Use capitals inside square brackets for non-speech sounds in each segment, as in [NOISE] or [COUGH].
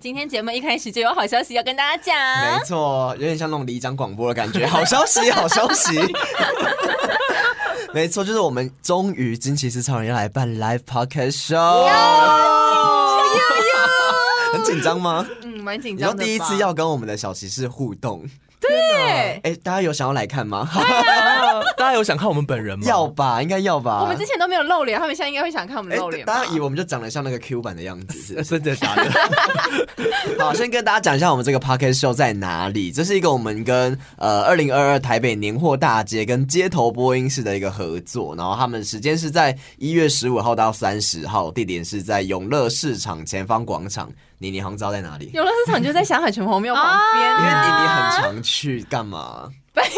今天节目一开始就有好消息要跟大家没讲。错，有点像那种里长广播的感觉。好消息，好消 [LAUGHS] 息！没错，就是我们终于惊奇四超人要来办 live podcast show，很紧张吗？嗯，蛮紧你要张的吧。第一次要跟我们的小骑士互动，对，哎，大家有想要来看吗？ [LAUGHS] 大家有想看我们本人吗？ [LAUGHS] 要吧，应该要吧。哎我们之前都没有露脸，他们现在应该会想看我们啊哎露脸，吧。大家以为我们就长得像那个 Q 版的样子，是不是真的假的？ [LAUGHS] 好，先跟大家讲一下我们这个 podcast show 在哪里。这是一个我们跟呃二零二二台北年货大街跟街头播音室的一个合作，然后他们时间是在一月十五号到三十号，地点是在永乐市场前方广场。妮妮杭知道在哪里？因为游乐市场就在霞海城隍庙旁边、妮啊，妮很常去干嘛？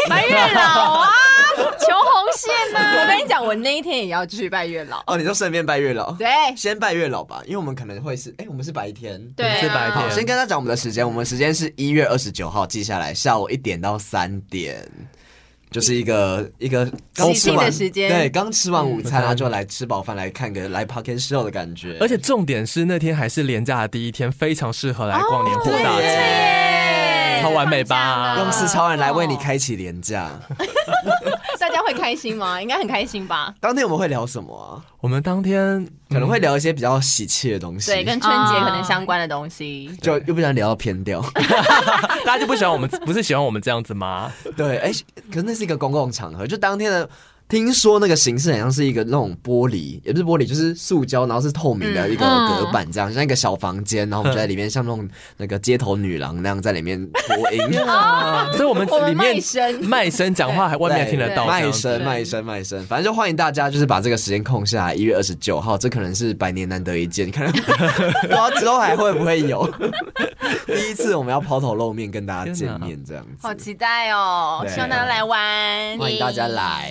白月老啊，求红线呐、[LAUGHS] 啊我跟你讲，我那一天也要去拜月老。哦，你就顺便拜月老。对，先拜月老吧，因为我们可能会是，哎、我们是白天。对啊是白好，先天。跟大家讲我们的时间，我们时间是一月二十九号，记下来，下午一点到三点，就是一个一个刚吃喜庆的完时间对，刚吃完午餐，嗯然后就来吃饱饭，来看个来 p o c k e t show 的感觉，而且重点是那天还是廉价的第一天，非常适合来逛年货大对街。耶超完美吧放假了用四超人来哦为你开启廉价。大家会开心吗？应该很开心吧？当天我们会聊什么啊？我们当天 [LAUGHS] 可能会聊一些比较喜气的东西，对，跟春节可能相关的东西。就又不想聊到偏掉。大家就不喜欢我们，不是喜欢我们这样子吗？ [LAUGHS] 对，哎、可是那是一个公共场合，就当天的。听说那个形式好像是一个那种玻璃，也不是玻璃，就是塑胶，然后是透明的嗯一个隔板，这样、像一个小房间，然后我们就在里面像那种那个街头女郎那样在里面播 [LAUGHS] 音，所以我们我们里面卖身卖身讲话，还外面还听得对到，这卖样子身卖身卖身，反正就欢迎大家就是把这个时间空下来，一月二十九号，这可能是百年难得一见，看 [LAUGHS] 不知道之后还会不会 [LAUGHS] 有。第一次我们要抛头露面跟大家天哪见面，这样子，好期待哦！对希望大家来玩。欢迎大家来。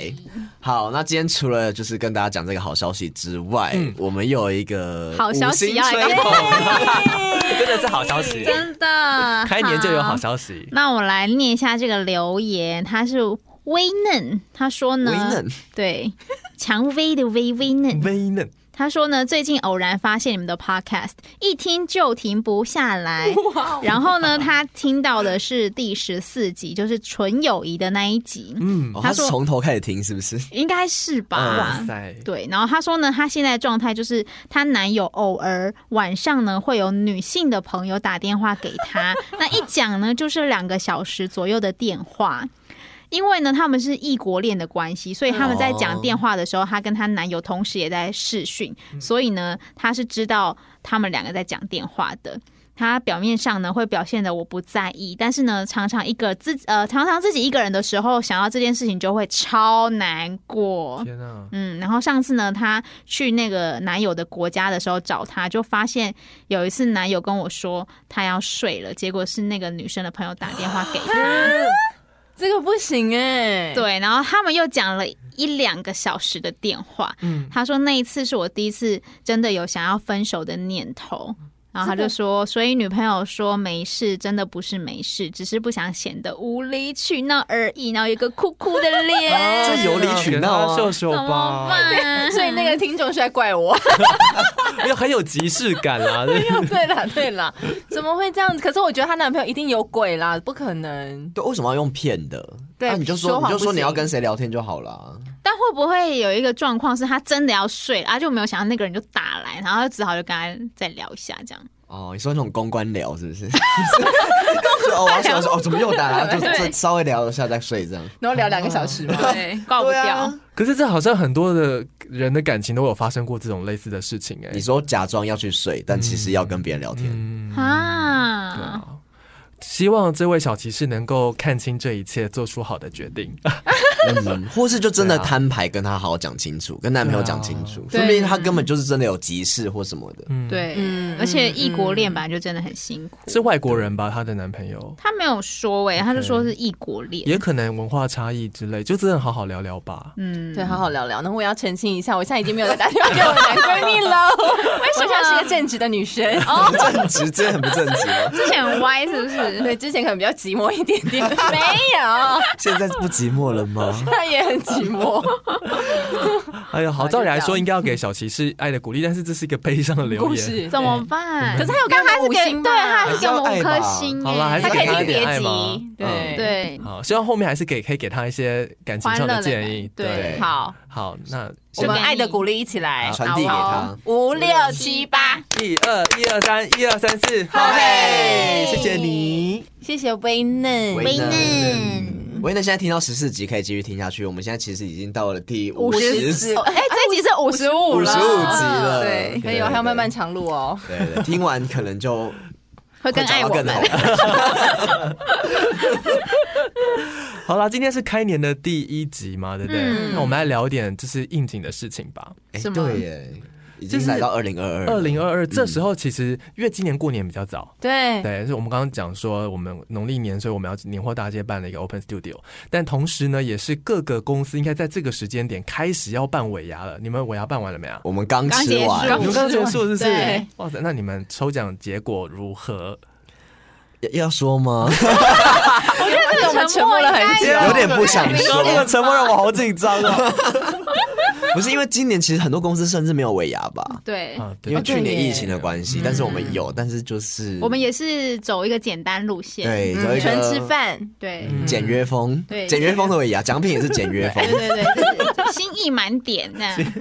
好，那今天除了就是跟大家讲这个好消息之外，我们又有一个好消息要来五星吹捧真的是好消息，真的，开年就有好消息。那我来念一下这个留言，他是微嫩，他说呢，微嫩对，蔷薇的微 [LAUGHS] 微嫩，微嫩，他说呢，最近偶然发现你们的 podcast，一听就停不下 [LAUGHS] 来。哦然后呢，他听到的是第十四集，就是纯友谊的那一集，嗯，哦，他他说是从头开始听是不是？ [LAUGHS] 应该是吧哇？塞，对，然后她说呢，她现在状态就是她男友偶尔晚上呢会有女性的朋友打电话给她，那一讲呢就是两个小时左右的电话。因为呢，他们是异国恋的关系，所以他们在讲电话的时候，她跟她男友同时也在视讯，所以呢，她是知道他们两个在讲电话的。她表面上呢会表现的我不在意，但是呢，常常一个自呃常常自己一个人的时候，想到这件事情就会超难过。天啊，嗯，然后上次呢，她去那个男友的国家的时候找她，就发现有一次男友跟我说他要睡了，结果是那个女生的朋友打电话给 [LAUGHS] 他，啊这个不行哎、，对，然后他们又讲了一两个小时的电话。嗯，他说那一次是我第一次真的有想要分手的念头。然后他就说，所以女朋友说没事，真的不是没事，只是不想显得无理取闹而已，然后有一个哭哭的脸，这有理取闹啊给他秀秀怎么哦 [LAUGHS] 吧，办？所以那个听众是在怪 [LAUGHS] 我。因为很有即视感啊啦。哎对啦，对啦，怎么会这样子？可是我觉得她男朋友一定有鬼啦，不可能。对，为什么要用骗的？啊对那你就说说你谎就说不你行要跟谁聊天就好了。啊但会不会有一个状况是他真的要睡了，啊，就没有想到那个人就打来，然后就只好就跟他再聊一下这样。哦，你说那种公关聊是不 [LAUGHS] 是？是哦，我要想说哦，怎么又打了？就就稍微聊一下再睡这样。嗯然后聊两个小时嘛。对，挂不对掉。啊，可是这好像很多的人的感情都有发生过这种类似的事情哎、你说假装要去睡，但其实要跟别人聊天。嗯，对啊，啊。希望这位小骑士能够看清这一切，做出好的决定。嗯， [LAUGHS] 或是就真的对啊摊牌跟他好好讲清楚，跟男朋友讲清楚，说对啊不定他根本就是真的有急事或什么的。嗯，，对，嗯而且异国恋本来就真的很辛苦。是外国人吧？她的男朋友他没有说哎、他就说是异国恋。也可能文化差异之类，就真的好好聊聊吧。嗯，对，好好聊聊。那我也要澄清一下，我现在已经没有在打电话给我的男闺蜜了，为什么？我现在是一个正直的女生。哦， [LAUGHS] 正直，真的很不正直啊。之前很歪是不 [LAUGHS] 是？对，之前可能比较寂寞一点点， [LAUGHS] 没有，现在不寂寞了吗？但也很寂寞。哎呀，好，就照理来这说样应该要给小琪是爱的鼓励，但是这是一个悲伤的留 [LAUGHS] [LAUGHS] 故言。事怎么办？可可是他有给我他们是五给星对，他吧是给我们五颗星还哎、是要爱吧好啦还是他可以给他听一点别爱吗集，对。对。好，希望后面还是给可以给她一些感情上欢乐的的建议。感对对，好，好，那我们爱的鼓励一起来传递给他。五六七八，一二一二三一二三四，好哎嘿哎谢谢你，谢谢威嫩，威嫩嫩。维嫩现在听到十四集可以继续听下去，我们现在其实已经到了第五50集集哦哎、这一集是五十五五了，十五集了，对，可以哦，还有漫漫。长路哦。对对，对听完可能就会更爱我会找到们。更好的好啦，今天是开年的第一集嘛，对不对？嗯那我们来聊点就是应景的事情吧。哎什么对耶，已经就是来到二零二二，二零二二这时候其实因为今年过年比较早，对，对，是我们刚刚讲说我们农历年，所以我们要年货大街办了一个 Open Studio，但同时呢，也是各个公司应该在这个时间点开始要办尾牙了。你们尾牙办完了没啊？我们刚刚吃结完束，你们刚结束是不是对？哇塞，那你们抽奖结果如何？要要说吗？ [LAUGHS] 我们沉默了很久，有点不想明说，显那个沉默让我好紧张啊。不是因为今年其实很多公司甚至没有尾牙吧，对，嗯啊，对因为去对年耶疫情的关系，但是我们有，但是就是我们也是走一个简单路线，对嗯有一纯吃个饭，对嗯简约风，对简约风的尾 [LAUGHS] 牙，奖品也是简约风对。对对对，就是心意满点这样。 [LAUGHS]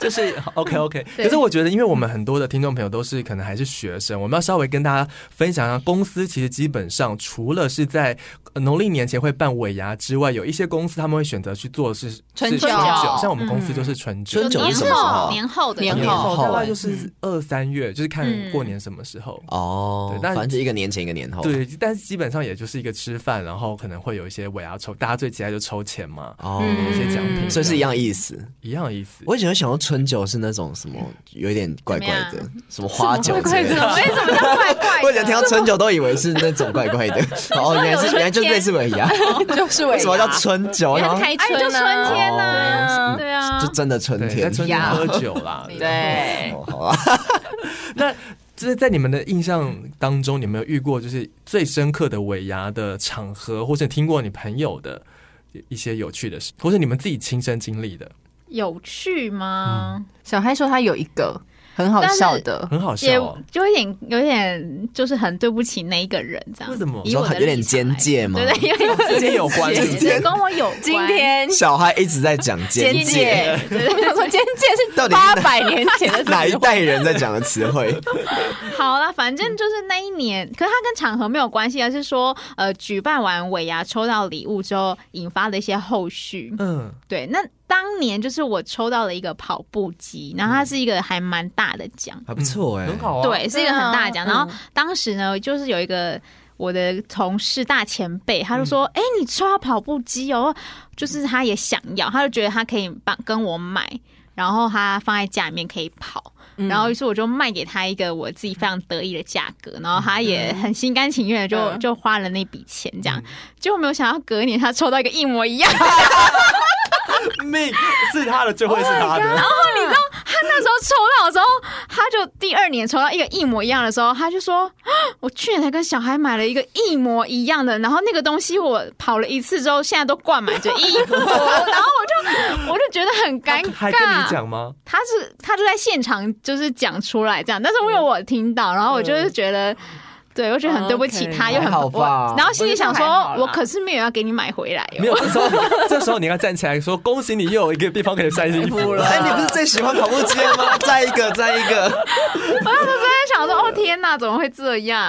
就是嗯 OK OK，对可是我觉得，因为我们很多的听众朋友都是可能还是学生，我们要稍微跟大家分享一下，公司其实基本上除了是在呃农历年前会办尾牙之外，有一些公司他们会选择去做的是春是酒像我们公司就是春酒。春酒年是什么时候后年后的年年后后大概就是二三月，就是看过年什么时候。哦对，但反正就一个年前一个年后。，对，但是基本上也就是一个吃饭，然后可能会有一些尾牙抽，大家最期待就抽钱嘛，嗯哦，有一些奖品，所以是一样意思。一样的意思。我以前会想到春酒是那种什么，有一点怪怪怎么的，什么花酒之类怎么的。为什么叫怪怪我以前的？听到春酒都以为是那种怪 [LAUGHS] 怪的，哦，原来是原来就是类似尾牙，就是为尾什么叫牙春酒？我想说开哎，就春春啊天哦呐，对对啊就，真的春对，在天。春天呀喝酒哎啦， [LAUGHS] 哎对，哦好啊， [LAUGHS] 那就是在你们的印象当中，你有没有遇过就是最深刻的尾牙的场合，或者听过你朋友的一些有趣的事，或者你们自己亲身经历的，有趣吗？小嗨说他有一个很好笑的，很好也笑、哦。就有点有点就是很对不起那一个人这样。为什么以我的有点立场奸来介吗对对，有点这些有关奸是介不是对跟我有关。今天小孩一直在 [LAUGHS] 讲简简介，介，我想说简介是到底八是哪百年前的词哪一汇代人在讲的词嗯汇？好啦，反正就是那一年，可是它跟场合没有关系，而是说呃，举办完尾牙抽到礼物之后，引发的一些后续。嗯，对，那当年就是我抽到了一个跑步机，然后它是一个还蛮大的奖，还不错哎，很哦好啊。，对，是一个很大的奖。对啊然后当时呢，就是有一个我的同事大前辈，他就嗯说：“哎、你抽到跑步机哦，就是他也想要，他就觉得他可以帮跟我买。”然后他放在家里面可以跑，嗯然后于是我就卖给他一个我自己非常得意的价格，然后他也很心甘情愿的就、嗯就花了那笔钱，这样。结果没有想到隔一年他抽到一个一模一样的，命是他的就会是他的。Oh 那时候抽到的时候，他就第二年抽到一个一模一样的时候，他就说：“ [GASPS] 啊我去年才跟小孩买了一个一模一样的，然后那个东西我跑了一次之后，现在都挂满着衣 [LAUGHS] 服，然后我就我就觉得很尴还跟你尬。讲吗？他是他就在现场就是讲出来这样，但是因为我有听到，然后我就是觉得。”嗯对，我觉得很对不起他，哦 OK，又很还好我吧，然后心里想我觉得还说好，啦我可是没有要给你买回来哦哟 [LAUGHS] 没。有，这时候这时候你应该站起来说：“恭喜你又有一个地方可以晒衣 [LAUGHS] 服了。哎，你不是最喜欢跑步机了 [LAUGHS] 吗？再一个，再一个， [LAUGHS] 我在想说，哦天哪，怎么会这样？”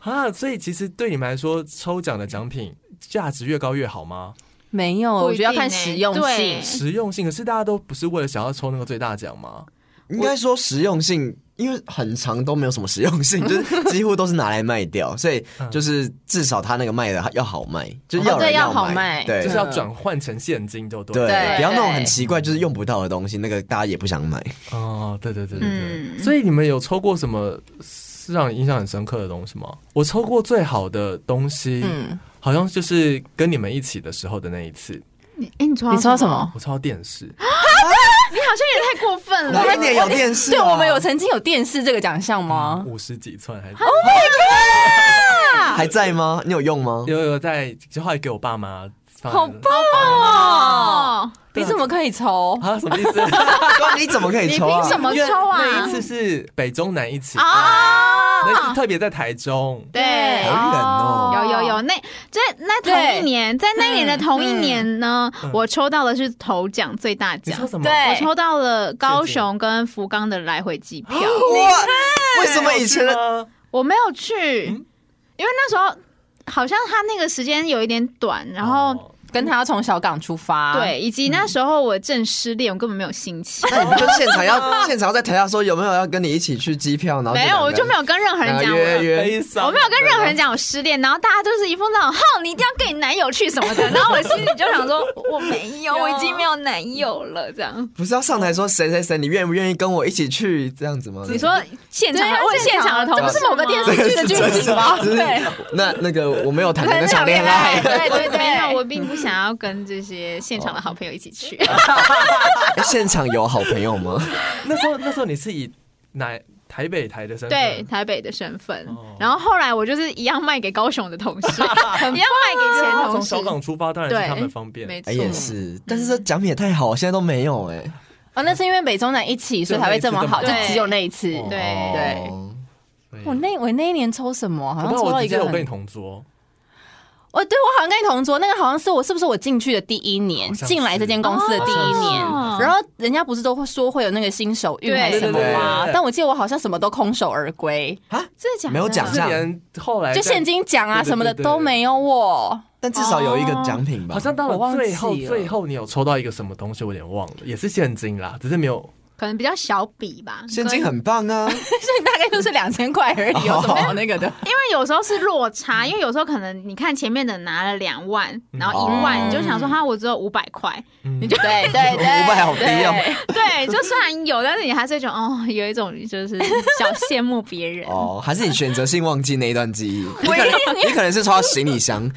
啊，所以其实对你们来说，抽奖的奖品价值越高越好吗？没有，我不一觉得要定看欸实用对性。实用性，可是大家都不是为了想要抽那个最大奖吗？应该说实用性因为很长都没有什么实用性，就是几乎都是拿来卖掉，所以就是至少他那个卖的要好卖，就是要有哦人对要好卖，卖对，就是要转换成现金就对哎对，了。对不要那种很奇怪，就是用不到的东西，那个大家也不想买。哦，对对对对对。嗯所以你们有抽过什么是让你印象很深刻的东西吗？我抽过最好的东西，嗯，好像就是跟你们一起的时候的那一次，你哎、你抽你说说什？么？我抽到电视。你好像也太过分了哪。一年有电哦视、啊？对我们有曾经有电视这个奖项啊吗？五十几寸还还在吗？你有用 [LAUGHS] 吗？有有在，就后来给我爸妈放。好棒哦！哦，你怎么可以抽？啊，什么意 [LAUGHS] 思？哇你怎么可以你抽凭啊什？么因为抽那啊一？次是北中南一起，啊，那次特别在台中。对好。远哦有有有，那在那同一年，在那一年的同一年呢，嗯嗯我抽到的是头奖最大你奖说，什么？对我抽到了高雄跟福冈的来回机票，哇，为什么以前的呢？ [GASPS] 我没有去，嗯因为那时候好像他那个时间有一点短，然后、哦跟他要从小港出发，，对，以及那时候我正失恋，我根本没有心情。那你不就现场要现场要在台下说有没有要跟你一起去机票？然后没有，我就没有有跟任何人讲我约约。悲伤。我没有跟任何人讲我失恋，然后大家就是一副那种哼，你一定要跟你男友去什么的， [LAUGHS] 然后我心里就想说我没有，我已经没有男友了，这样。不是要上台说谁谁谁，你愿不愿意跟我一起去这样子吗？你说现场问啊现场的同不事是某个电视剧的剧情吗？只是对，那那个我没有谈的那场 [LAUGHS] 恋那爱场，恋爱对对对没有，我并不想要跟这些现场的好朋友一起去。现场有好朋友吗？那时候，那时候你是以哪台北台的身份？ [LAUGHS] 对， [LAUGHS] 台北的身份哦，然后后来我就是一样卖给高雄的同 [LAUGHS] 事，一样卖给前从同小事。港出发，当然是他们方便。没哎，错，也是，但是这奖品也太好，现在都没有哎。哦，那是因为北中南一起，所以才会这么好，就对只有那一次。哦对对哦对我那我那一年抽什么？搞好像不好抽到我一直接个有很跟你同桌，哦，对，我好像跟你同桌，那个好像是我是不是我进去的第一年，好像是进来这间公司的第一年。哦然后人家不是都会说会有那个新手运还是什么对对对吗对？但我记得我好像什么都空手而归，真的假的？没有奖是项连后来就在现金奖啊对对什么的对对都没有我。 [LAUGHS] 但至少有一个奖品吧好。像到我了忘记最后，了最后你有抽到一个什么东西，我有点忘了，也是现金啦，只是没 [LAUGHS] 有。可能比较小笔吧，现金很棒啊，所以大概就是两千块而已， [LAUGHS] 有什么好那个的？因为有时候是落差，因为有时候可能你看前面的拿了两万，嗯然后一万，哦你就想说哈，我只有五百 [LAUGHS] 块，嗯你就对 [LAUGHS] 对对，五百好低哦对，对就虽然有，但是你还是会觉得哦，有一种就是小羡慕别人。哦，还是你选择性忘记那一段记忆？你可能你可能是抽到行李箱，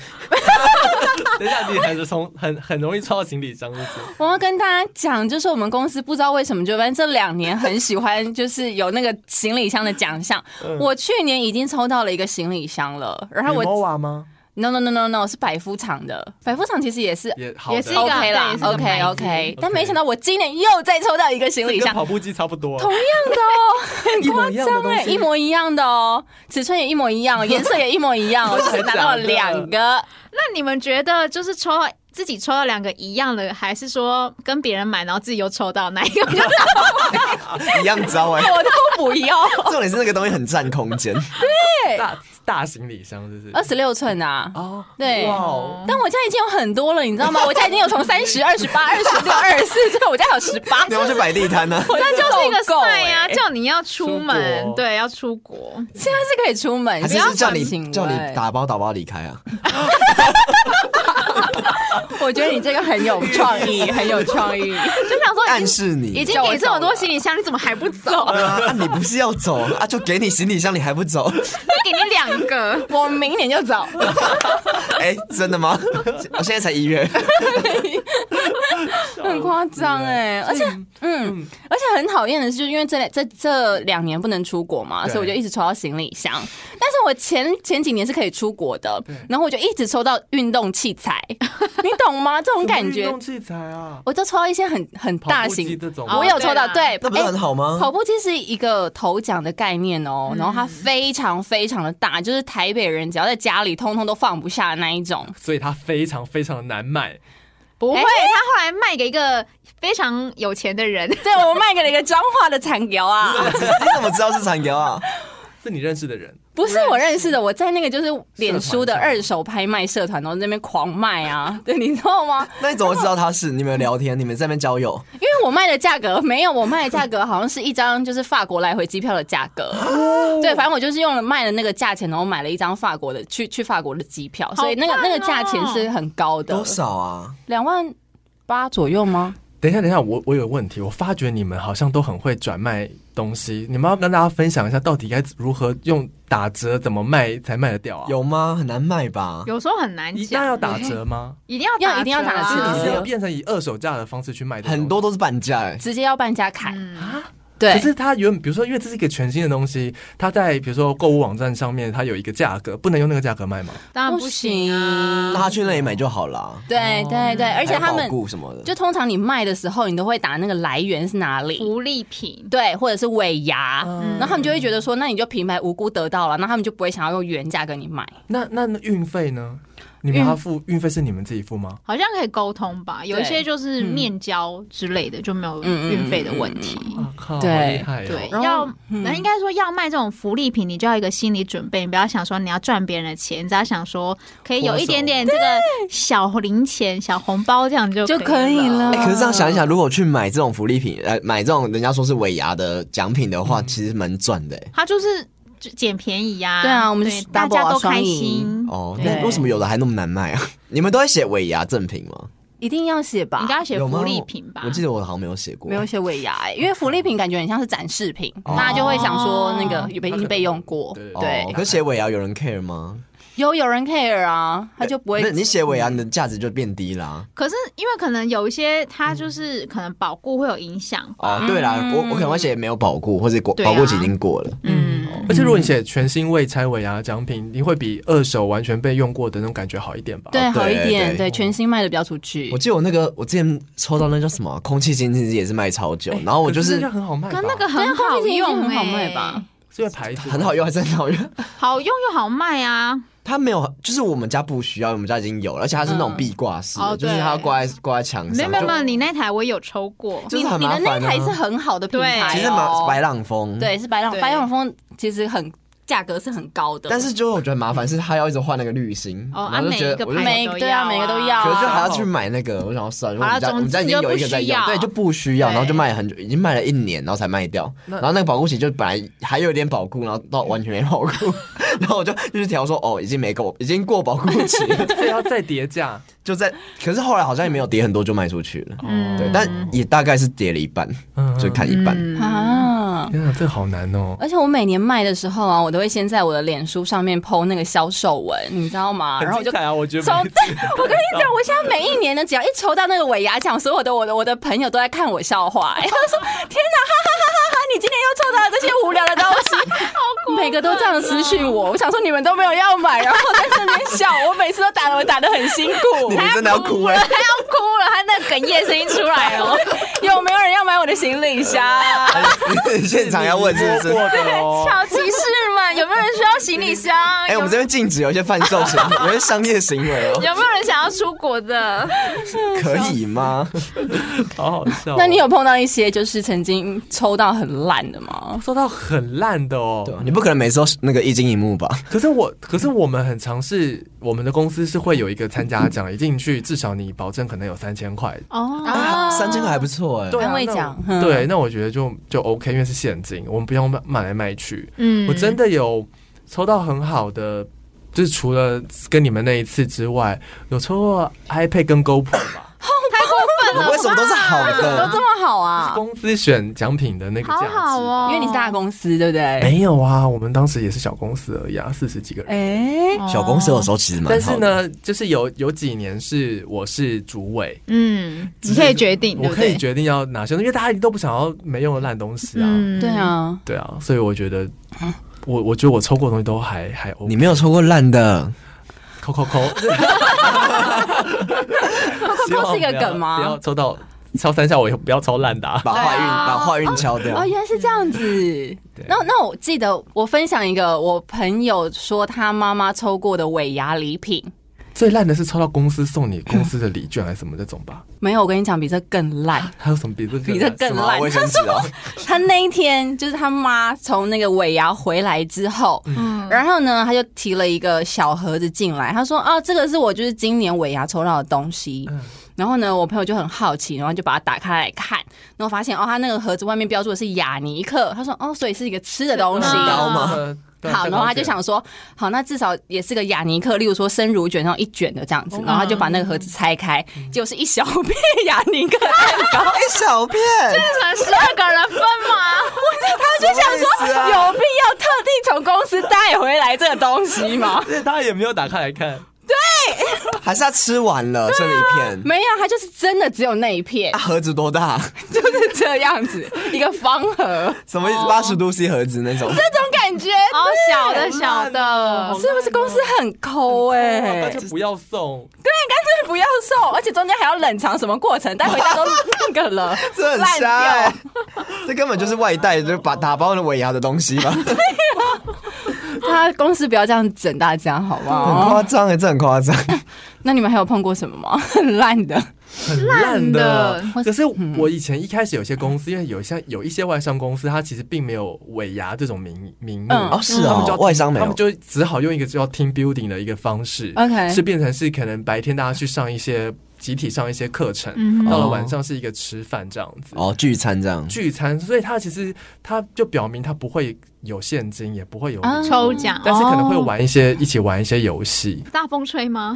等一下，你还是从很很容易抽到行李箱，就是 [LAUGHS] 我要跟大家讲，就是我们公司不知道为什么，就反正这两年很喜欢，就是有那个行李箱的奖项。嗯我去年已经抽到了一个行李箱了，然后我娃吗？ no no no no no 是百肤厂的，百肤厂其实也是也好的，也是一个 OK 啦对也是个牌，OK 子 OK，但没想到我今年又再抽到一个行李跟箱，跑步机差不多，同样的哦，一模一样的东对，一西。模一样的哦，尺寸也一模一样，颜色也一模一样，我只拿到了两个。那你们觉得就是抽到自己抽到两个一样的，还是说跟别人买，然后自己又抽到哪一个比 [LAUGHS] 较？一样糟哎。我都不要，重点是那个东西很占空间，大大行李箱，就是 [LAUGHS] 二十六寸啊，哦，对哇哦，但我家已经有很多了，你知道吗？我家已经有从三十、二十八、二十六、二十四，所以我家有十 [LAUGHS] 八。你要去摆地摊啊呢。我家这就是一个赛啊，这叫你要出欸出门，国对，要出国。现在是可以出门，还是不要是叫管情你叫你喂打包打包离开啊？我觉得你这个很有创意，很有创意。就想说暗已经示你，已经给这么多行李箱，你怎么还不 [LAUGHS] 走？啊，你不是要 [LAUGHS] 走啊？就给你行李箱，你还不走？再给你两个。我明年就走，哎、真的吗？我现在才一 [LAUGHS] 月，很夸张哎！而且，嗯，而且很讨厌的是，就是因为这这这两年不能出国嘛，对所以我就一直抽到行李箱。但是我前前几年是可以出国的，然后我就一直抽到运动器材，你懂吗？这种感运觉动，器材啊，我就抽到一些很很大跑步机型，这种，哦我有抽到，对对，那不是哎很好吗？跑步机是一个头奖的概念哦，然后它非常非常的大，就是台北人只要在家里通通都放不下的那一种。所以它非常非常的难买。不会，哎他后来卖给一个非常 [LAUGHS] 有钱的人。对，我卖给了一个彰化的产油啊，你怎么知道是残条啊？是你认识的人， [LAUGHS] 不是我认识的，我在那个就是脸书的社团上二手拍卖社团，然后在那边狂卖 [LAUGHS] 啊，对，你知道吗？ [LAUGHS] 那你怎么知道他是？你们有聊天，你们在那边交 [LAUGHS] 友，因为我卖的价格没有，我卖的价格好像是一张就是法国来回机票的价格，哦对，反正我就是用了卖的那个价钱，然后买了一张法国的去去法国的机票，所以那个、好棒那哦个价钱是很高的，多少啊？两万八左右吗？等一下，等一下，我我有问题，我发觉你们好像都很会转卖东西，你们要跟大家分享一下，到底该如何用打折怎么卖才卖得掉啊？有吗？很难卖吧？有时候很难一定讲，要打折吗？一定要要打一定要折啊打折你是对要变成以二手价的方式去卖的，很多。都是半价哎、直接要半价砍，嗯可对，是它原比如说，因为这是一个全新的东西，它在比如说购物网站上面，它有一个价格，不能用那个价格卖吗？当然不行啊那。他去那里买就好了。对对对，而且他还有们保固什么的，就通常你卖的时候，你都会打那个来源是哪里，福利品，对，或者是尾牙，嗯然后他们就会觉得说，那你就平白无故得到了，那他们就不会想要用原价跟你买。那那那运费呢？你们运要付运费是你们自己付吗？好像可以沟通吧，有一些就是面交之类的，就没有运费的问题。嗯啊靠，对好厉害哦对，然后要嗯那应该说要卖这种福利品，你就要有一个心理准备，你不要想说你要赚别人的钱，你只要想说可以有一点点这个小零钱、小红包这样就就可可以了哎、可是这样想一想，如果去买这种福利品，呃，买这种人家说是尾牙的奖品的嗯话，其实蛮赚的、哎他就是就捡便宜呀、对啊我们就是大 double 家啊都开双赢心，哦，对那为什么有的还那么难卖啊？ [LAUGHS] 你们都会写尾牙赠品吗？一定要写吧？你刚刚写有吗福利品吧我？记得我好像没有写过。没有写尾牙、欸，因为福利品感觉很像是展示品，哦大家就会想说那个它可被能被用过。对对哦，，可是写尾牙有人 care 吗？有有人 care 啊，他就不会那。你写尾牙，你的价值就变低啦。可是因为可能有一些它就是可能保固会有影响吧，嗯哦，对啦，我我可能会写没有保固，或者过对啊保固期已经过了。嗯，而且如果你写全新未拆尾牙奖品，你会比二手完全被用过的那种感觉好一点吧？对，好一点，对对，全新卖的比较出去我。记得我那个，我之前抽到那叫什么啊空气清净机也是卖超哎久，哦然后我就可是那个很好卖吧，可是那个很好空气清用、欸，净很啊好卖吧？是因为牌子很好用，还是很好用。好用又好卖啊！它没有，就是我们家不需要，我们家已经有了，而且它是那嗯种壁挂式的，哦就是对它要挂在挂在墙没有上。没有就没有，你那台我有抽过，就是你很你麻的那烦一台是啊。很好的品对牌、哦，其实蛮白朗峰，，对，是白朗对白朗峰，其实很价格是很高的，但是就是我觉得麻烦是它要一直换那个滤芯，哦，然啊后就每觉一得个我就。牌每子对啊每个都要可是就还啊要去买那个，我想要算了，我哦好啦们家我总们家已之经就有一不个在需用，要对，就不需要，对然后就卖了很久，已经卖了一年，然后才卖掉。那然后那个保护期就本来还有一点保固，然后到完全没保 [LAUGHS] 固，然后我就就是调说哦，已经没够，已经过保固期 [LAUGHS] 了，所以 [LAUGHS] 要再 [LAUGHS] 叠价，就在。可是后来好像也没有跌很多，就卖出去了。嗯对，但也大概是跌了一半，嗯就看一半。啊。天啊，这好难哦。而且我每年卖的时候啊，我都会先在我的脸书上面 PO 那个销售文，你知道吗？ [LAUGHS] 然后我就很精彩啊，我觉得从每一次 [LAUGHS] 我跟你讲，我现在每一年呢，只要一抽到那个尾牙奖，所有的我的我的朋友都在看我笑话、哎，他们说：“天哪，哈哈哈哈哈！你今天又抽到了这些无聊的东西， [LAUGHS] 每个都这样私讯我。”我想说你们都没有要买，然后在那边笑，我每次都打了，我打的很辛苦你。们真的要哭哎、 [LAUGHS] 他要哭了，他那哽咽声音出来哦 [LAUGHS] 了。有没有人要买我的行李箱？现场要问是不 [LAUGHS] 是？过的哦。 [LAUGHS] 小骑士们，有没有人需要行李箱？哎、我们这边禁止有一些贩售行 [LAUGHS] 为，有一些商业行为哦，有没有人想要出国的？可以吗？好好笑哦。那你有碰到一些就是曾经抽到很烂的吗？收到很烂的哦对，，你啊不可能每次都那个一金一幕吧？可是我，可是我们很尝试，我们的公司是会有一个参加奖，一进去至少你保证可能有三千块。哦，啊三千块还不错哎、对啊安慰那我奖，嗯对，那我觉得就就 OK，因为是现金，我们不用卖卖来卖去。嗯我真的有抽到很好的，就是除了跟你们那一次之外，有抽过 iPad 跟 GoPro 吧，你们为什么都是好都的？这么好啊？公司选奖品的那个价好值。好哦，因为你是大公司，对不对？没有啊，我们当时也是小公司而已啊，四十几个人。哎，哦小公司有时候其实蛮但好是的，呢，就是有有几年是我是主委，嗯，你可以决定，我对不可以对？决定要哪些，因为大家一定都不想要没用的烂东西啊。嗯，对，啊，对啊，所以我觉得，我我觉得我抽过的东西都还还 OK。你没有抽过烂的，扣扣扣， [LAUGHS] 扣扣是一个梗吗希望不要不要抽到敲三下，我也不要抽烂的、啊。把坏运、对啊把坏运敲掉。哦，原来是这样子对。那那我记得我分享一个我朋友说他妈妈抽过的尾牙礼品，最烂的是抽到公司送你公司的礼券还是什么这种 [LAUGHS] 吧？没有，我跟你讲，比这更烂。还有什么比这个比这烂更什么烂。卫生纸哦，他那一天就是他妈从那个尾牙回来之后，嗯，然后呢，他就提了一个小盒子进来，他说：“啊，这个是我就是今年尾牙抽到的东西。嗯然后呢，我朋友就很好奇，然后就把它打开来看，然后发现哦，他那个盒子外面标注的是雅尼克，他说：“哦，所以是一个吃的东西。蛋糕吗呃对 [LAUGHS] 好，蛋然糕后他就卷想说，好，那至少也是个雅尼克，例如说生乳卷，然后一卷的这样子，然后他就把那个盒子拆开，结果是一小片雅尼克蛋糕，一哎小片，成十二个人分吗？他就想说有必要特地从公司带回来这个东西吗？ [LAUGHS] 而且他也没有打开来看，还是他吃完了剩了一片。没有，它就是真的只有那一片啊，，盒子多大？就是这样子一个方盒，什么八十度 C 盒子那种？这种感觉哦，小的小的，是不是公司很抠哎、那就就不要送。是不要送，而且中间还要冷藏什么过程，带回家都那个了，这很烂瞎掉哎、这根本就是外带，就是把打包的尾牙的东西吧，很他公司不要这样整大家好不好？夸张哎，这很夸张。那你们还有碰过什么吗？ [LAUGHS] 很烂的，很烂的烂。可是我以前一开始有些公司，因为有像有一些外商公司，它其实并没有尾牙这种名名目。嗯哦，是他们就哦要，外商没他有们，就只好用一个叫 team building 的一个方式 OK 是变成是可能白天大家去上一些集体上一些课程，嗯到了哦晚上是一个吃饭这样子。哦，聚餐这 [LAUGHS] 样。聚餐，所以它其实它就表明它不会有现金，也不会有礼啊金，抽奖，但是可能会玩一些一起玩一些游哦戏，大风吹吗？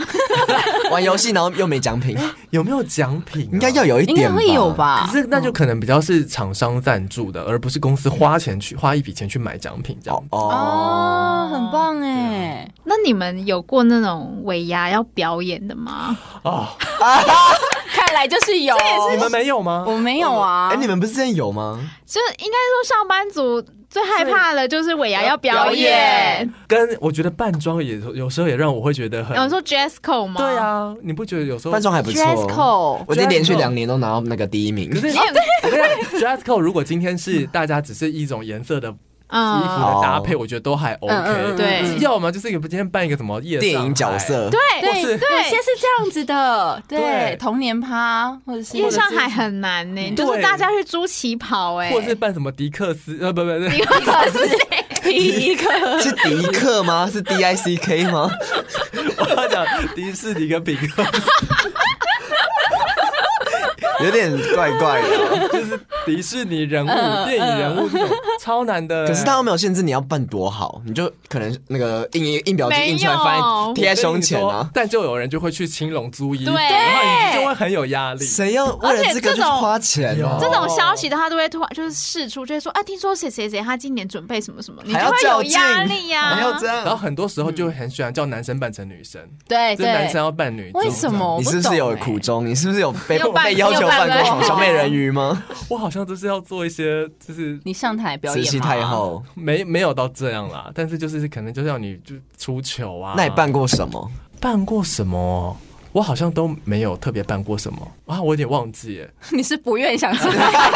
玩游戏，然后又没奖品，有没有奖品啊、应该要有一应该点，会有？吧可？是那就可能比较是厂商赞助的，而不是公司花钱去花一笔钱去买奖品这哦样。哦，哦，很棒哎、 [LAUGHS] 那你们有过那种尾牙要表演的吗？哦，看来就是有，你们没有吗？我没有啊。啊哎，你们不是之前有吗？就是应该说上班族最害怕的就是尾牙要表表演演，跟我觉得扮装也有时候也让我会觉得很有人说 dress code 吗？对，啊，你不觉得有时候扮装还不 dress 错， code，我已经连续两年都拿到那个第一名可。是你也 dress code 如果今天是大家只是一种颜色的衣哦服嗯，的搭配，我觉得都还嗯 OK。嗯嗯对要么就是你今天扮一个什么夜电影角上海，色，对或是对有对些，是这样子的，对对，童年趴或者是夜上海很难呢，对就是大家去租旗袍哎，或是扮什么迪克斯呃不不 [LAUGHS] 不，迪克是谁？迪啊克是迪克吗？是 D I C K [LAUGHS] 吗？我要讲迪士尼跟比克 [LAUGHS] 斯有点怪怪的。就是迪士尼人物、嗯电影人物这种，超难的欸。可是他又没有限制你要扮多好，你就可能那个印印表机印出来，没有发现贴在胸前我跟你啊说。但就有人就会去青龙租衣服，对然后你就会很有压力。谁要为了这个就去花钱而啊且？这种消息的话，都会突然就是试出，就会说啊，听说谁谁谁他今年准备什么什么，你就还要会较有劲压力啊呀、还要这然后样？很多时候就很喜欢叫男生扮成女生， [LAUGHS] 嗯对就是男生对，要扮女。为什？么？你是不是有苦？衷？欸你是不是有被又扮被要求扮又扮过过小美人鱼吗？我好像都是要做一些，就是你上台表慈演禧太，后，没没有到这样啦，但是就是可能就是要你就出糗啊。那你扮过什么？扮过什么？我好像都没有特别扮过什么啊，我有点忘记耶。 [LAUGHS] 你是不愿意想上台？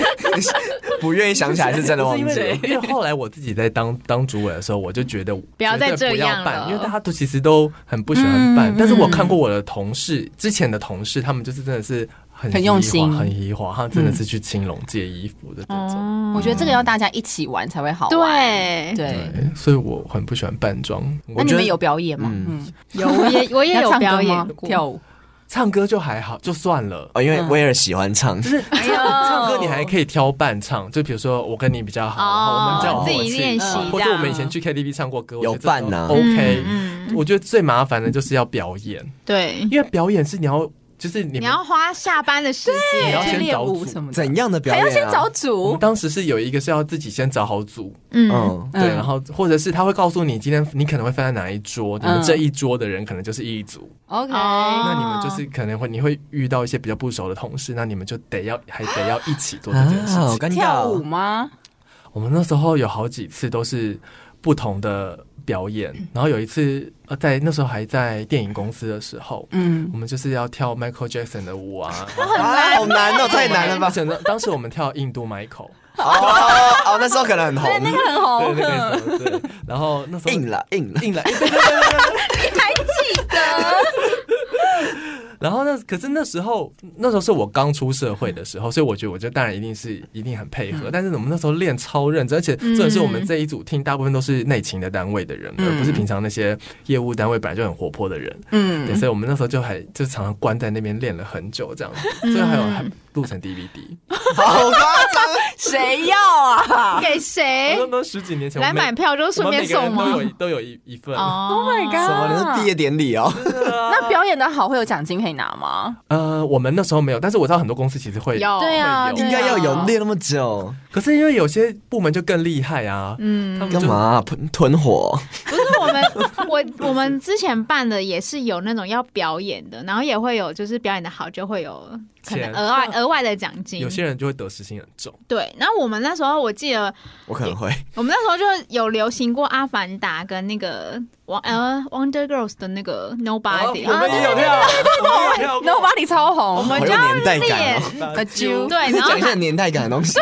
[LAUGHS] 不愿意想起来是真的忘不记是因为了。因为后来我自己在当当主委的时候，我就觉得不要再这样了办，因为大家都其实都很不喜欢办。嗯但是我看过我的同事，之前的同事，他们就是真的是很很用心移花很移花，他们真的是去青龙借衣服的那种。哦我觉得这个要大家一起玩才会好玩。对，对，对，所以我很不喜欢扮装。我那你觉得们有表演吗？嗯嗯，有我 [LAUGHS] 也我也要有唱歌表吗演过跳舞。唱歌就还好，就算了。哦，因为威尔喜欢唱，就是哎唱唱歌，你还可以挑伴唱，就比如说我跟你比较好，然后我们比较有哦，默自契己练习嗯或这者样我们以前去 KTV 唱过歌，我觉得有伴呐都 OK，、嗯嗯我觉得最麻烦的就是要表演，对，因为表演是你要，就是你们你要花下班的时你要间，先练找舞组什么的，怎样的表还演要啊？先找我组们。当时是有一个是要自己先找好组，嗯，嗯，对，嗯然后或者是他会告诉你今天你可能会分在哪一桌，你们嗯这一桌的人可能就是一组，哦 OK，那你们就是可能会你会遇到一些比较不熟的同事，那你们就得要还得要一起做这件事情。啊，好尴尬跳舞哦。吗？我们那时候有好几次都是不同的表演，嗯然后有一次呃，在那时候还在电影公司的时候，嗯，我们就是要跳 Michael Jackson 的舞 [LAUGHS] 啊，啊，好难哦，太难了吧 [LAUGHS] 而？且呢当时我们跳印度 Michael，哦哦，哦那时候可能很红，很红嗯对，那个什么对，然后那时候 [LAUGHS] 硬了硬了。硬了，对对对对对，你还记然后呢，可是那时候那时候是我刚出社会的时候，所以我觉得我就当然一定是一定很配合。但是我们那时候练超认真，而且嗯重点是我们这一组听大部分都是内勤的单位的人，嗯而不是平常那些业务单位本来就很活泼的人。对，嗯，所以我们那时候就还就常常关在那边练了很久这样子，嗯所以还有还录成 DVD。好夸张，谁要啊给谁那都十几年前哎来买，票就我顺们每便我送们每个人都有吗？一都有一一份。哦什么？你是毕业典礼哦？那表演的好会有奖金可以拿吗？呃，我们那时候没有，但是我知道很多公司其实会有对啊，会有应该要哦有练那么久，可是因为有些部门就更厉害啊，嗯，他们干就嘛啊吞吞火？ [LAUGHS] 不是我们， [LAUGHS] 我我们之前办的也是有那种要表演的，然后也会有就是表演的好就会有可能钱额外额外的奖金。有些人就会得失心很重。哦对，然后我们那时候我记得我可能会，我们那时候就有流行过《阿凡达》跟那个王呃 Wonder Girls 的那个 Nobody，、哦我们也有跳，我们也有跳过 Nobody 超红，好我们有年代感哦。把呃啾 [LAUGHS] 对，然后讲一下年代感的东西，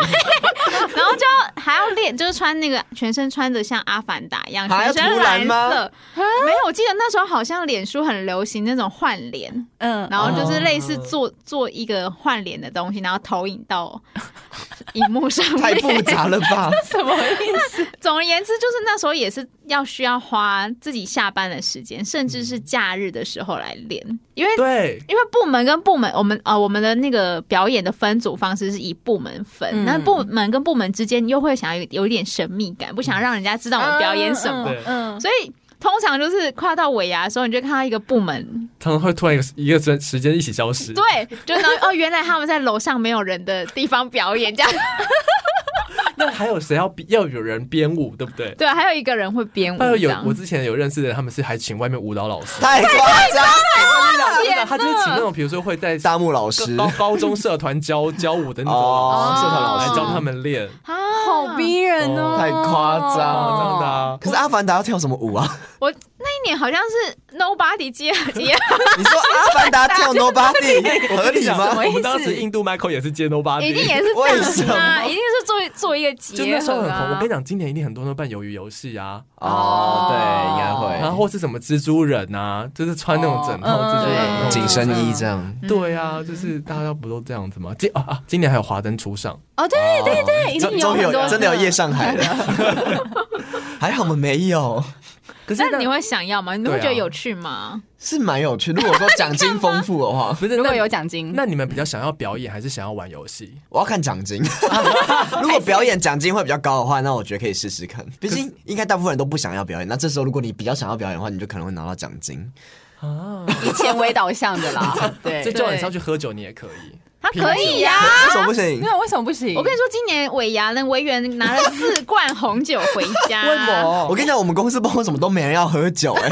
然后就要还要练，就是穿那个全身穿的像阿凡达一样，还要全身涂蓝蓝吗色。没有，我记得那时候好像脸书很流行那种换脸，嗯然后就是类似哦做、做一个换脸的东西，然后投影到荧幕上 [LAUGHS] 太复面。 [LAUGHS] 杂了吧？什么意思？总而言之，就是那时候也是要需要花自己下班的时间，甚至是假日的时候来练，因为。对，因为部门跟部门，我们呃，我们的那个表演的分组方式是以部门分，嗯那、部门跟部门之间又会想要有有一点神秘感，不想让人家知道我们表演什么，对嗯，所以通常就是跨到尾牙的时候，你就看到一个部门，他们会突然一个一个时时间一起消失。对，就然后 [LAUGHS] 哦，原来他们在楼上没有人的地方表演，这样那还有谁要比要有人编舞，对不对？对，还有一个人会编舞，还有这有样我之前有认识的人，他们是还请外面舞蹈老师，太夸张了！真的，他就是请那种比如说会在大木老师高高中社团教教舞的那种哦老，师社团来老教师他们练，啊，好逼人哦，太夸张哦了真的啊。可是阿凡达要跳什么舞啊？我那一年好像是 Nobody 接接，啊你说阿凡达跳 Nobody 合理吗？我们当时印度 Michael 也是接 nobody，一定也是这为样什子么啊，一定是做做一个结合、就啊，那时候很红。我跟你讲，今年一定很多人都办鱿鱼游戏啊，哦，对，应该然后会啊或是什么蜘蛛人啊，就是穿那种整套哦嗯蜘蛛人嗯那种紧身衣这样。对啊，就是大家不都这样子吗？今啊啊，今年还有华灯初上，哦，对对对，一定终终于很多有真的有夜市。上海了， [LAUGHS] 还好我们没有，可是那那你会想要吗？你会对啊觉得有趣吗？是蛮有趣。如果说奖金丰富的话，不是如果那有奖金，那你们比较想要表演还是想要玩游戏？我要看奖金。 [LAUGHS] 如果表演奖金会比较高的话，那我觉得可以试试看。毕竟应该大部分人都不想要表演，那这时候如果你比较想要表演的话，你就可能会拿到奖金。啊，以钱为导向的啦，对所以，叫你上去喝酒，你也可以。他啊可以呀、为什么不行？那为什么不行？我跟你说，今年尾牙 [LAUGHS] 那委员拿了四罐红酒回家，为啊么？哦我跟你讲，我们公司不知道为什么都没人要喝酒 [LAUGHS] 哎、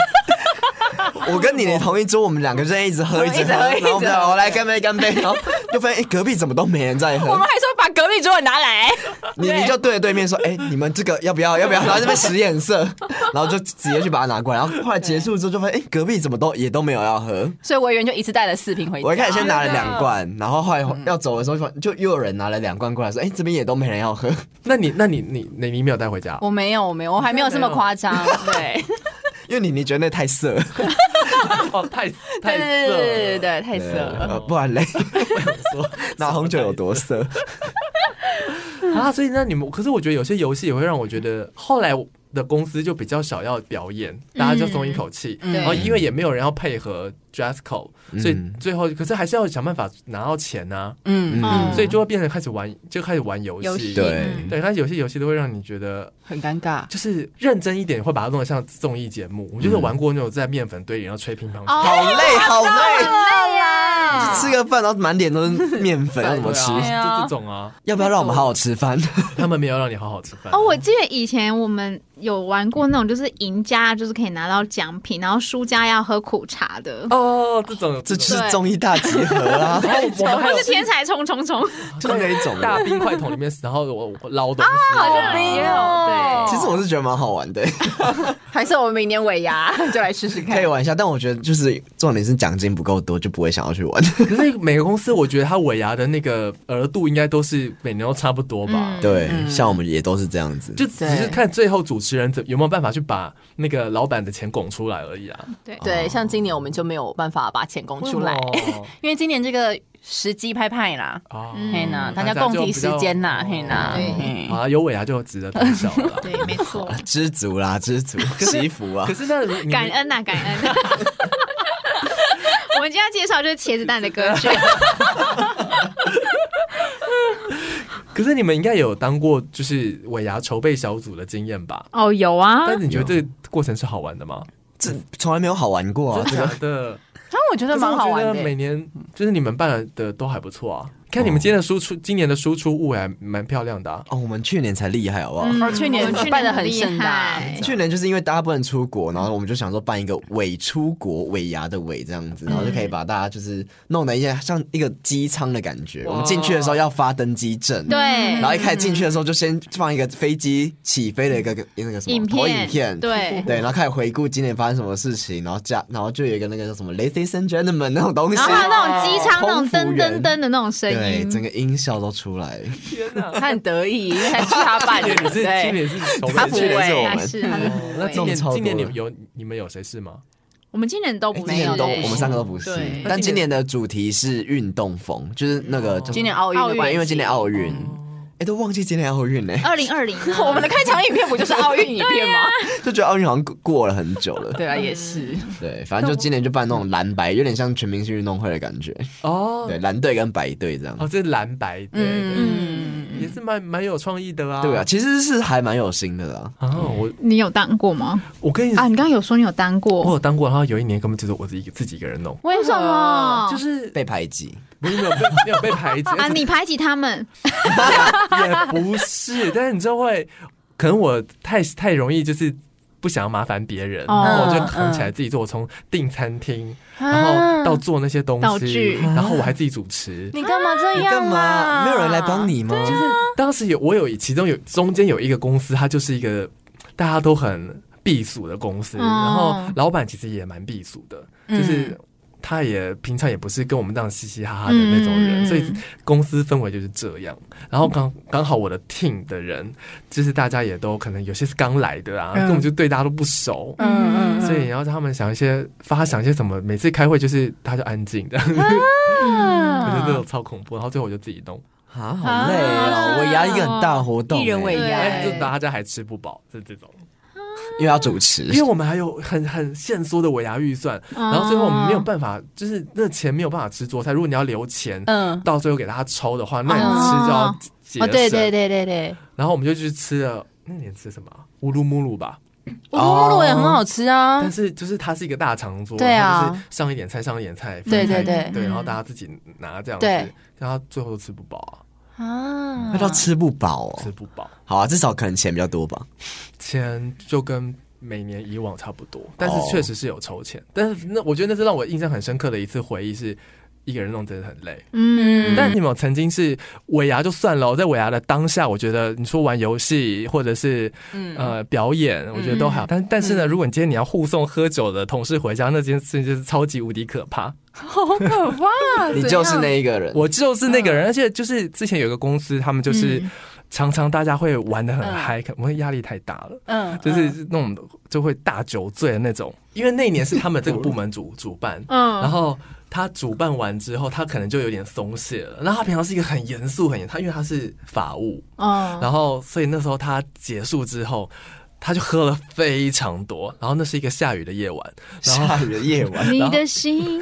我跟你的同一桌，我们两个就在一直喝，一直喝，一直喝一直然后我们就喝好来干杯干杯，然后就发现哎、隔壁怎么都没人在我喝们，还说把隔壁桌拿来，你你就对着对面说哎、你们这个要不要要不要，然后这边使眼色，然后就直接去把它拿过来，然后后来结束之后就发现哎、隔壁怎么都也都没有要喝，所以委员就一次带了四瓶回家。我一开始先拿了两罐，然后后来要走的时候就就又有人拿了两罐过来说哎、这边也都没人要喝， [LAUGHS] 那你那你你你你没有带回 [LAUGHS] 家？我没有，我没有，我还没有这么夸张。对，因为你你觉得那太色，哦，太对太对色对对了。对，太色了。呃不 [LAUGHS] 然嘞，说拿红酒有多色？ [LAUGHS] 啊，所以那你们，可是我觉得有些游戏也会让我觉得，后来的公司就比较少要表演，大家就松一口气，嗯然后对因为也没有人要配合 dress code，所以嗯最后可是还是要想办法拿到钱啊，嗯，嗯所以就会变成开始玩，就开始玩游游戏，戏对嗯对，但是有些游戏都会让你觉得。很尴尬。就是认真一点，会把它弄得像综艺节目。我就是嗯玩过那种在面粉堆里然后吹乒乓球，哦好累好累。累呀、 [LAUGHS] 吃个饭，然后满脸都是面粉，要怎哦么啊 [LAUGHS] 对吃？啊对啊就这种啊，要不要让我们好好吃 [LAUGHS] 饭？他们没有让你好好吃饭。哦，我记得以前我们有玩过那种，就是赢家就是可以拿到奖品，然后输家要喝苦茶的。哦，这种这就种是综艺大集合啊， [LAUGHS] 然后哦我们还有或是天才冲冲冲，就那一种大的。冰块桶里面，然后我我捞东西啊，像没有对其实我是觉得蛮好玩的，还是我们明年尾牙就来试试看可以。玩一下。但我觉得就是重点是奖金不够多，就不会想要去玩。可是每个公司，我觉得它尾牙的那个额度应该都是每年都差不多吧？嗯 [LAUGHS] 对，嗯像我们也都是这样子。就只是看最后主持人怎有没有办法去把那个老板的钱拱出来而已啊？对，像今年我们就没有办法把钱供出来，因为今年这个时机拍派啦，啊，嗯嘿呐，大大家家共就体比时较间呐，哦嘿呐，对嘿好啦，有尾牙就值得谈笑 [LAUGHS] 了啦。对，没错， [LAUGHS] 啊知足啦，知足，惜福啊可！ [LAUGHS] 是那如你们感恩呐、啊感 [LAUGHS] 恩。我们今天要介绍就是茄子蛋的歌曲，可是你们应该有当过就是尾牙筹备小组的经验吧？ [LAUGHS] 哦，有啊，但是你觉得这个过程是好玩的吗？这从来没有好玩过啊！真这的个假的？但我觉得蛮好玩可是我觉得的。欸每年就是你们办的都还不错啊。嗯看你哦们今天的输出，今年的输出物还蛮漂亮的啊。哦，我们去年才厉害，好不好？嗯哦去年我们去办得年很厉盛大害去年就是因为大家不能出国，然后我们就想说办一个伪出国、尾牙的尾这嗯样子，然后就可以把大家就是弄得一些像一个机舱的感觉。哇我们进去的时候要发登机证，对嗯然后一开始进去的时候就先放一个飞机起飞的一个那个什么影投片，影片，对，对，然后开始回顾今年发生什么事情，然后加，然后就有一个那个叫什么 “ladies and gentlemen” 那种东西，然后还有啊那种机舱那种哦空服噔噔员噔的那种声对，整音，个音效都出来。天哪！他很得意，因为他是他办今的年你，是对，今年 [LAUGHS] 是筹备他不去年是我会们还是他的哦那今弄年超多今年你了们有你们有谁是吗？我们今年都哎不今是，年都哦没有我们三个都不是对，但今年的主题是运动风，就是那个叫哦今年奥运的奥运关系哦对，因为今年奥运，哎，都忘记今年奥运嘞，二零二零，啊 [LAUGHS] 我们的开场影片不就是奥运影片吗？ [LAUGHS] 就觉得奥运好像过过了很久了。对啊，也是。对，反正就今年就办那种蓝白，有点像全明星运动会的感觉。哦对，蓝队跟白队这样。哦，这是蓝白对对，嗯，也是蛮蛮有创意的啊。对啊，，其实是还蛮有心的啦。啊我你有当过吗？我跟你啊，你刚刚有说你有当我过，有当过，然后有一年根本就是我自己自己一个人弄，为什哦么？就是被排挤，没有没有被没有被 [LAUGHS] 排挤，啊，你排挤他们，也不是，但是你就会，可能我太太容易就是。不想要麻烦别人，哦然后我就扛起来自己做。我从订餐厅，然后到做那些东啊道西具，然后我还自己主持。 [LAUGHS] 你干嘛啊这你样干啊？嘛？没有人来帮你吗？就是当时有我有其中有中间有一个公司，它就是一个大家都很避暑的公司，嗯然后老板其实也蛮避暑的，嗯，就是他也平常也不是跟我们这样嘻嘻哈哈的那种人，嗯所以公司氛围就是这样。然后刚刚好我的 team 的人，就是大家也都可能有些是刚来的啊，嗯根本就对大家都不熟。嗯嗯，所以，然后他们想一些发想一些什么，每次开会就是他就安静的，嗯 [LAUGHS] 我嗯觉得这种超恐怖。然后最后我就自己弄，啊，好累哦！尾牙一个很大活动，一人尾哎牙哎，就对大家还吃不饱，是这种。因为要主持因为，我们还有很很限缩的尾牙预算，嗯然后最后我们没有啊办法，就是那钱没有办法吃桌菜。如果你要留钱，嗯，到最后给大家抽的话，那你吃就要节省。哦，对对对对对，然后我们就去吃了，那年吃什么啊？乌鲁木鲁吧。乌鲁木鲁也很好吃啊但，是就是它是一个大长桌，对啊然后就是上一点菜，上一点菜，对分菜对对嗯对，然后大家自己拿这样子对，但他最后都吃不饱啊，啊那叫吃不饱哦吃。不饱，好啊，至少可能钱比较多吧。钱就跟。每年以往差不多，但哦是确实是有筹钱但是那我觉得那是让我印象很深刻的一次回忆，是一个人弄真的很累。嗯，但你们有曾经是尾牙就算了哦，在尾牙的当下，我觉得你说玩游戏或者是嗯呃表演，我觉得都好。但但是呢，如果你今天你要护送喝酒的同事回家，那件事情就是超级无敌可嗯怕。好可怕你就是那一个人，我就是那嗯个人，而且就是之前有一个公司，他们就是嗯常常大家会玩的很嗯嗨，可能会压力太大了。嗯，就是那种就会大酒醉的那种，因为那一年是他们这个部门主主办，嗯然后他主办完之后，他可能就有点松懈了。那他平常是一个很严肃、很严，他因为他是法务，哦，然后所以那时候他结束之后，他就喝了非常多。然后那是一个下雨的夜晚，然后下雨的夜晚，你的心，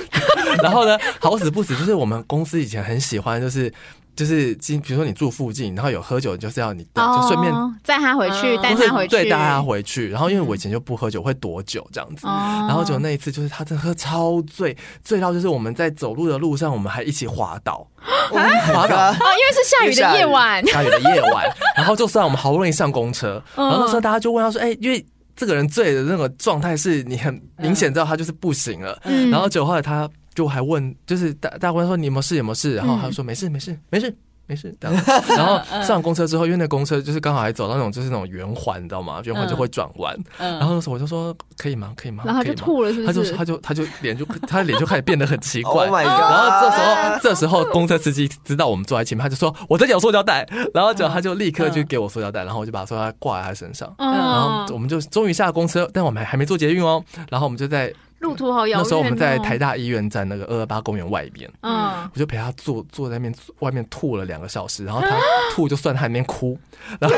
然后呢，好死不死，就是我们公司以前很喜欢，就是就是今比如说你住附近，然后有喝酒，就是要你等，就顺便哦载他回去，嗯带不是他回去，嗯对，带他回去。然后因为我以前就不喝酒，会躲酒这样子。哦然后就那一次，就是他真的喝超醉，醉到就是我们在走路的路上，我们还一起滑倒， [LAUGHS] 滑倒。哦，因为是下雨的夜晚，下雨的夜晚，然后就算我们好不容易上公车，然后那嗯时候大家就问他说：“哎、因为这个人醉的那个状态是你很明显知道他就是不行了。嗯，然后酒后来他就还问，就是大大官说你有没有事有没有事，然后他就说没事没事没事。没事。[LAUGHS] 这样然后嗯上了公车之后，因为那公车就是刚好还走到那种就是那种圆环，你知道吗？圆环就会转弯。嗯然后那时候我就说可以吗？可以吗？然后他可就以吗吐了，是他不？就是他就他就脸就他的脸就开始变得很 [LAUGHS] 奇 Oh 怪。 [LAUGHS] my god！然后这时候，这时候公车司机知道我们坐在前面，他就说：“我这里有塑胶袋。”然后就他就立刻就给我塑胶袋，然后我就把塑胶袋挂在他身上。然后我嗯，们就终于下公车，但我们还还没坐捷运哦。然后我们就在路途好遥远。那时候我们在台，大医院站那个二二八公园外边，嗯，我就陪他坐坐在那边外面吐了两个小时，[GASPS] 然后他吐就算他还没 [LAUGHS] 哭，然后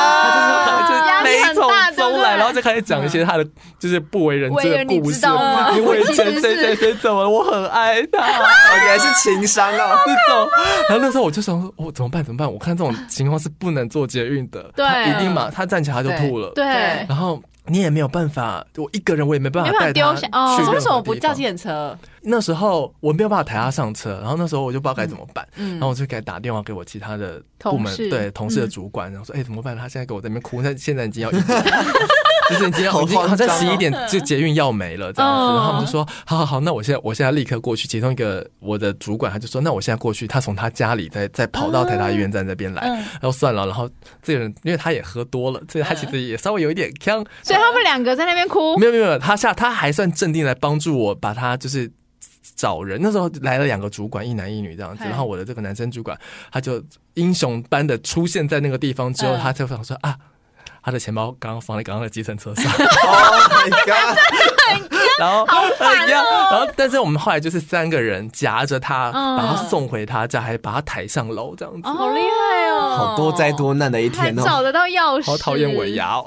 压力很他就是就是悲从大对不中对来，然后就开始讲一些他的就是不为人知为的人你故知事道 [LAUGHS] 吗，因为我其实谁谁是谁谁怎么了，我很爱他。 [LAUGHS] 哦原来是情商哦。这种。然后那时候我就想说，我、怎么办？怎么办？我看这种情况是不能坐捷运的，对他一定嘛，他站起来他就对吐了，对，然后。你也没有办法，我一个人我也没办法没办法带丢他下哦去任那何为地啊为什么方。不叫计程车？那时候我没有办法抬他上车，然后那时候我就不知道该怎么办，嗯然后我就给打电话给我其他的部同门事对同事的主管，然后说：“哎、怎么办？他现在给我在那边哭，他现在 [LAUGHS] 已经要一点了。就是已经要好已经好慌像张哦十一点就捷运要没了这样子，嗯然后他们就说：好好好，那我现在我现在立刻过去。其中一个我的主管他就说：那我现在过去。他从他家里再再跑到台大医院站这边嗯嗯来，然后算了，然后这个人因为他也喝多了，所以他其实也稍微有一点呛，所以他们两个在那边 [LAUGHS] 哭没。有没有没有，他下他还算镇定来帮助我把他就是找人。那时候来了两个主管，一男一女这样子，嗨然后我的这个男生主管他就英雄般的出现在那个地方之后，嗯他就想说啊。他的钱包刚刚放在刚刚的计程车上， Oh my god！然后哎呀然后但是我们后来就是三个人夹着他，嗯哦把他送回他家，还把他抬上楼这样子，好厉害哦好多灾多难的一还天找哦。得到钥匙，好讨厌尾。牙哦。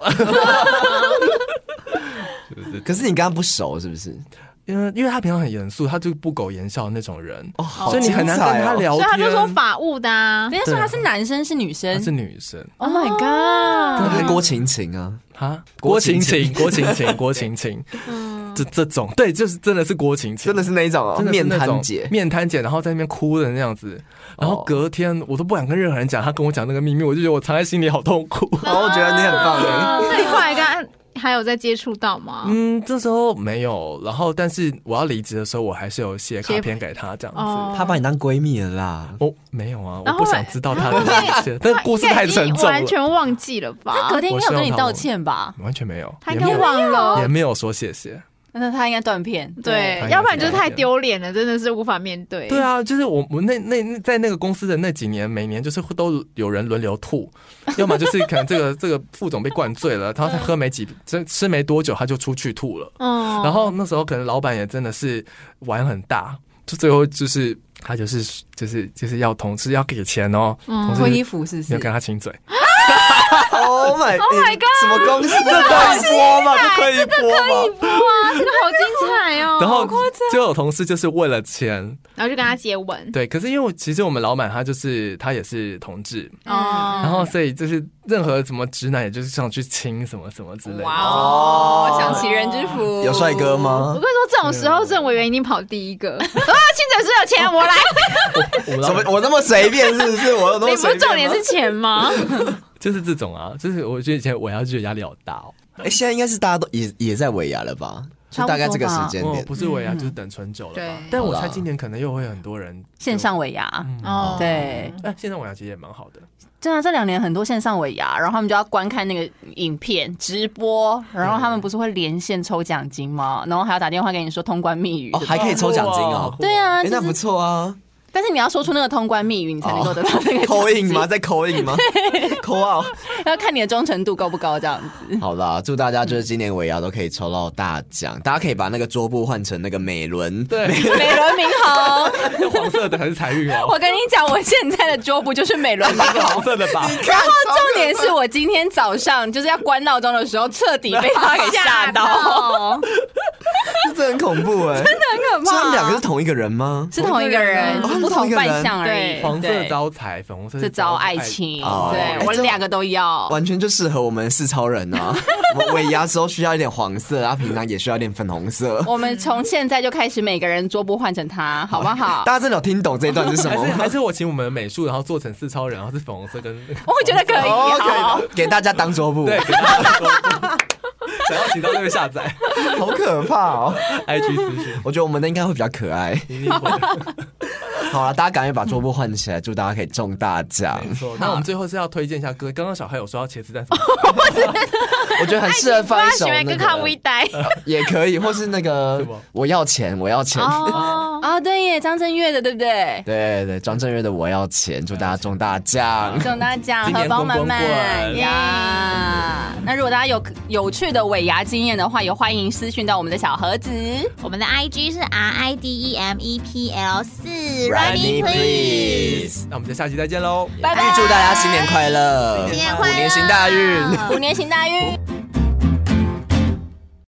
可是你刚刚不熟是不是？ [LAUGHS] 因为因为他平常很严肃，他就不苟言笑的那种人，哦，好所以你很难精彩跟他哦。聊所以天。他就说法务的啊哦人家说他是男生是女生他是女生。 ，Oh my god！那就是郭晴晴啊，啊，郭郭晴晴晴晴，郭晴 [LAUGHS] 晴，郭晴晴，嗯这这种，对，就是真的是郭晴晴，真的是那一种哦，真的是面那种瘫姐。面瘫姐，然后在那边哭的那样子，然后哦隔天我都不敢跟任何人讲，她跟我讲那个秘密，我就觉得我藏在心里好痛 [LAUGHS] 苦。哦，我觉得你很棒 [LAUGHS] 哎。那你后来跟他还有在接触到哦吗？嗯，这时候没有，然后但是我要离职的时候，我还是有写卡片给她这样子。哦，她把你当闺蜜了啦。哦，没有啊，我然后不想知道她的一切，但故事太沉应该已经重了完，全忘记了吧？哦隔天应该有跟你道歉吧？完全没有，他也应没该有，忘了也，没有说谢谢。那他应该断片。对他应该，要不然就是太丢脸了，真的是无法面对。对，啊，就是我我那那那在那个公司的那几年，每年就是会都有人轮流吐，要么就是可能 [LAUGHS] 这个这个副总被灌醉了，然后他喝没几这吃没多久他就出去吐了，嗯，然后那时候可能老板也真的是玩很大，就最后就是他就是就是就是要同事要给钱哦，嗯同脱衣事服是不是要？跟他亲嘴， Oh my Oh my god 什么公司？这可以播吗？这可以播吗？哇，这个好精彩哦！然后就有同事就是为了钱，然后就跟他接吻，对，可是因为我其实我们老板他就是他也是同志，哦，然后所以就是任何什么直男，也就是想去亲什么什么之类的。哇哦想起人之福，有帅哥？吗我跟你？说，这种时候郑委员一定跑第一个。啊， [LAUGHS] 亲嘴是有钱，我来。我怎老么板我那么随便是不是？我有那你么不随是便吗？重点是 [LAUGHS] 钱吗？就是这种啊，就是我觉得以前我要觉得压力好大哦。哎，现在应该是大家都也也在尾牙了吧？就大概这个时间我点。哦不是我嗯呀，就是等春酒了吧对。但我好猜啦今年可能又会很多人线上尾牙，嗯哦，对，哎，线上我牙其实也蛮好的。真的这两年很多线上尾牙，然后他们就要观看那个影片直播，然后他们不是会连线抽奖金吗？然后还要打电话给你说通关密语哦，，还可以抽奖金哦。对啊，哎，就那不是错啊。但是你要说出那个通关密语，你才能够得到 [LAUGHS] 那个口奖音金吗？？在口音吗？口号。要看你的忠诚度高不高这样 [LAUGHS] 子。好啦，祝大家就是今年尾牙都可以抽到大奖，大家可以把那个桌布换成那个美轮。对，啊 [LAUGHS] 美轮明宏，黄色的还是财运哦我，跟你讲，我现在的桌布就是美轮 [LAUGHS] 明宏黄。色的吧。然后重点是我今天早上就是要关闹钟的时候，彻底被他给吓到，到，这很恐怖哎、 [LAUGHS] 真的很可他们两个怕是。同一个人吗？是同一个人，哦是不同扮相而已。对黄色对招财，粉红色这是招爱。情，哦哎对我这两个都要。完全就适合我们四超人啊！我们尾牙时候需要一点黄色，然后平常也需要一点粉红色。我们从现在就开始，每个人桌布换成他，好不好？大家真的有听懂这一段是什还么是吗？还是我请我们的美术，然后做成四超人，然后是粉红色跟我觉得可以，哦好可以的给大家当桌布 [LAUGHS] 对，，给大家说 [LAUGHS] 想要请到就会下载好可怕哦！ IG 私讯， [LAUGHS] 我觉得我们的应该会比较可爱。一定会。好了，大家赶紧把桌布换起来，祝大家可以中大奖。没错，那我们最后是要推荐一下歌。刚刚小孩有说要茄哦子蛋什么，我觉得很适合放一首爱那情歌靠 [LAUGHS] 微个，呆也可以，或是那个什么我要钱，我要钱。哦。哦，对耶，张震岳的，对不对？ [LAUGHS] 对对，张震岳的《我要钱》，祝大家中大奖。总大奖，今荷年包满滚滚满滚呀！ [LAUGHS] 那如果大家有有趣的尾牙经验的话，也欢迎私讯到我们的小盒子。我们的 IG 是 R I D E M E P L 四 Run Running me Please， please 那我们就下期再见喽。拜拜预祝大家新年快乐，新年快乐，虎年行大运。虎年行大运。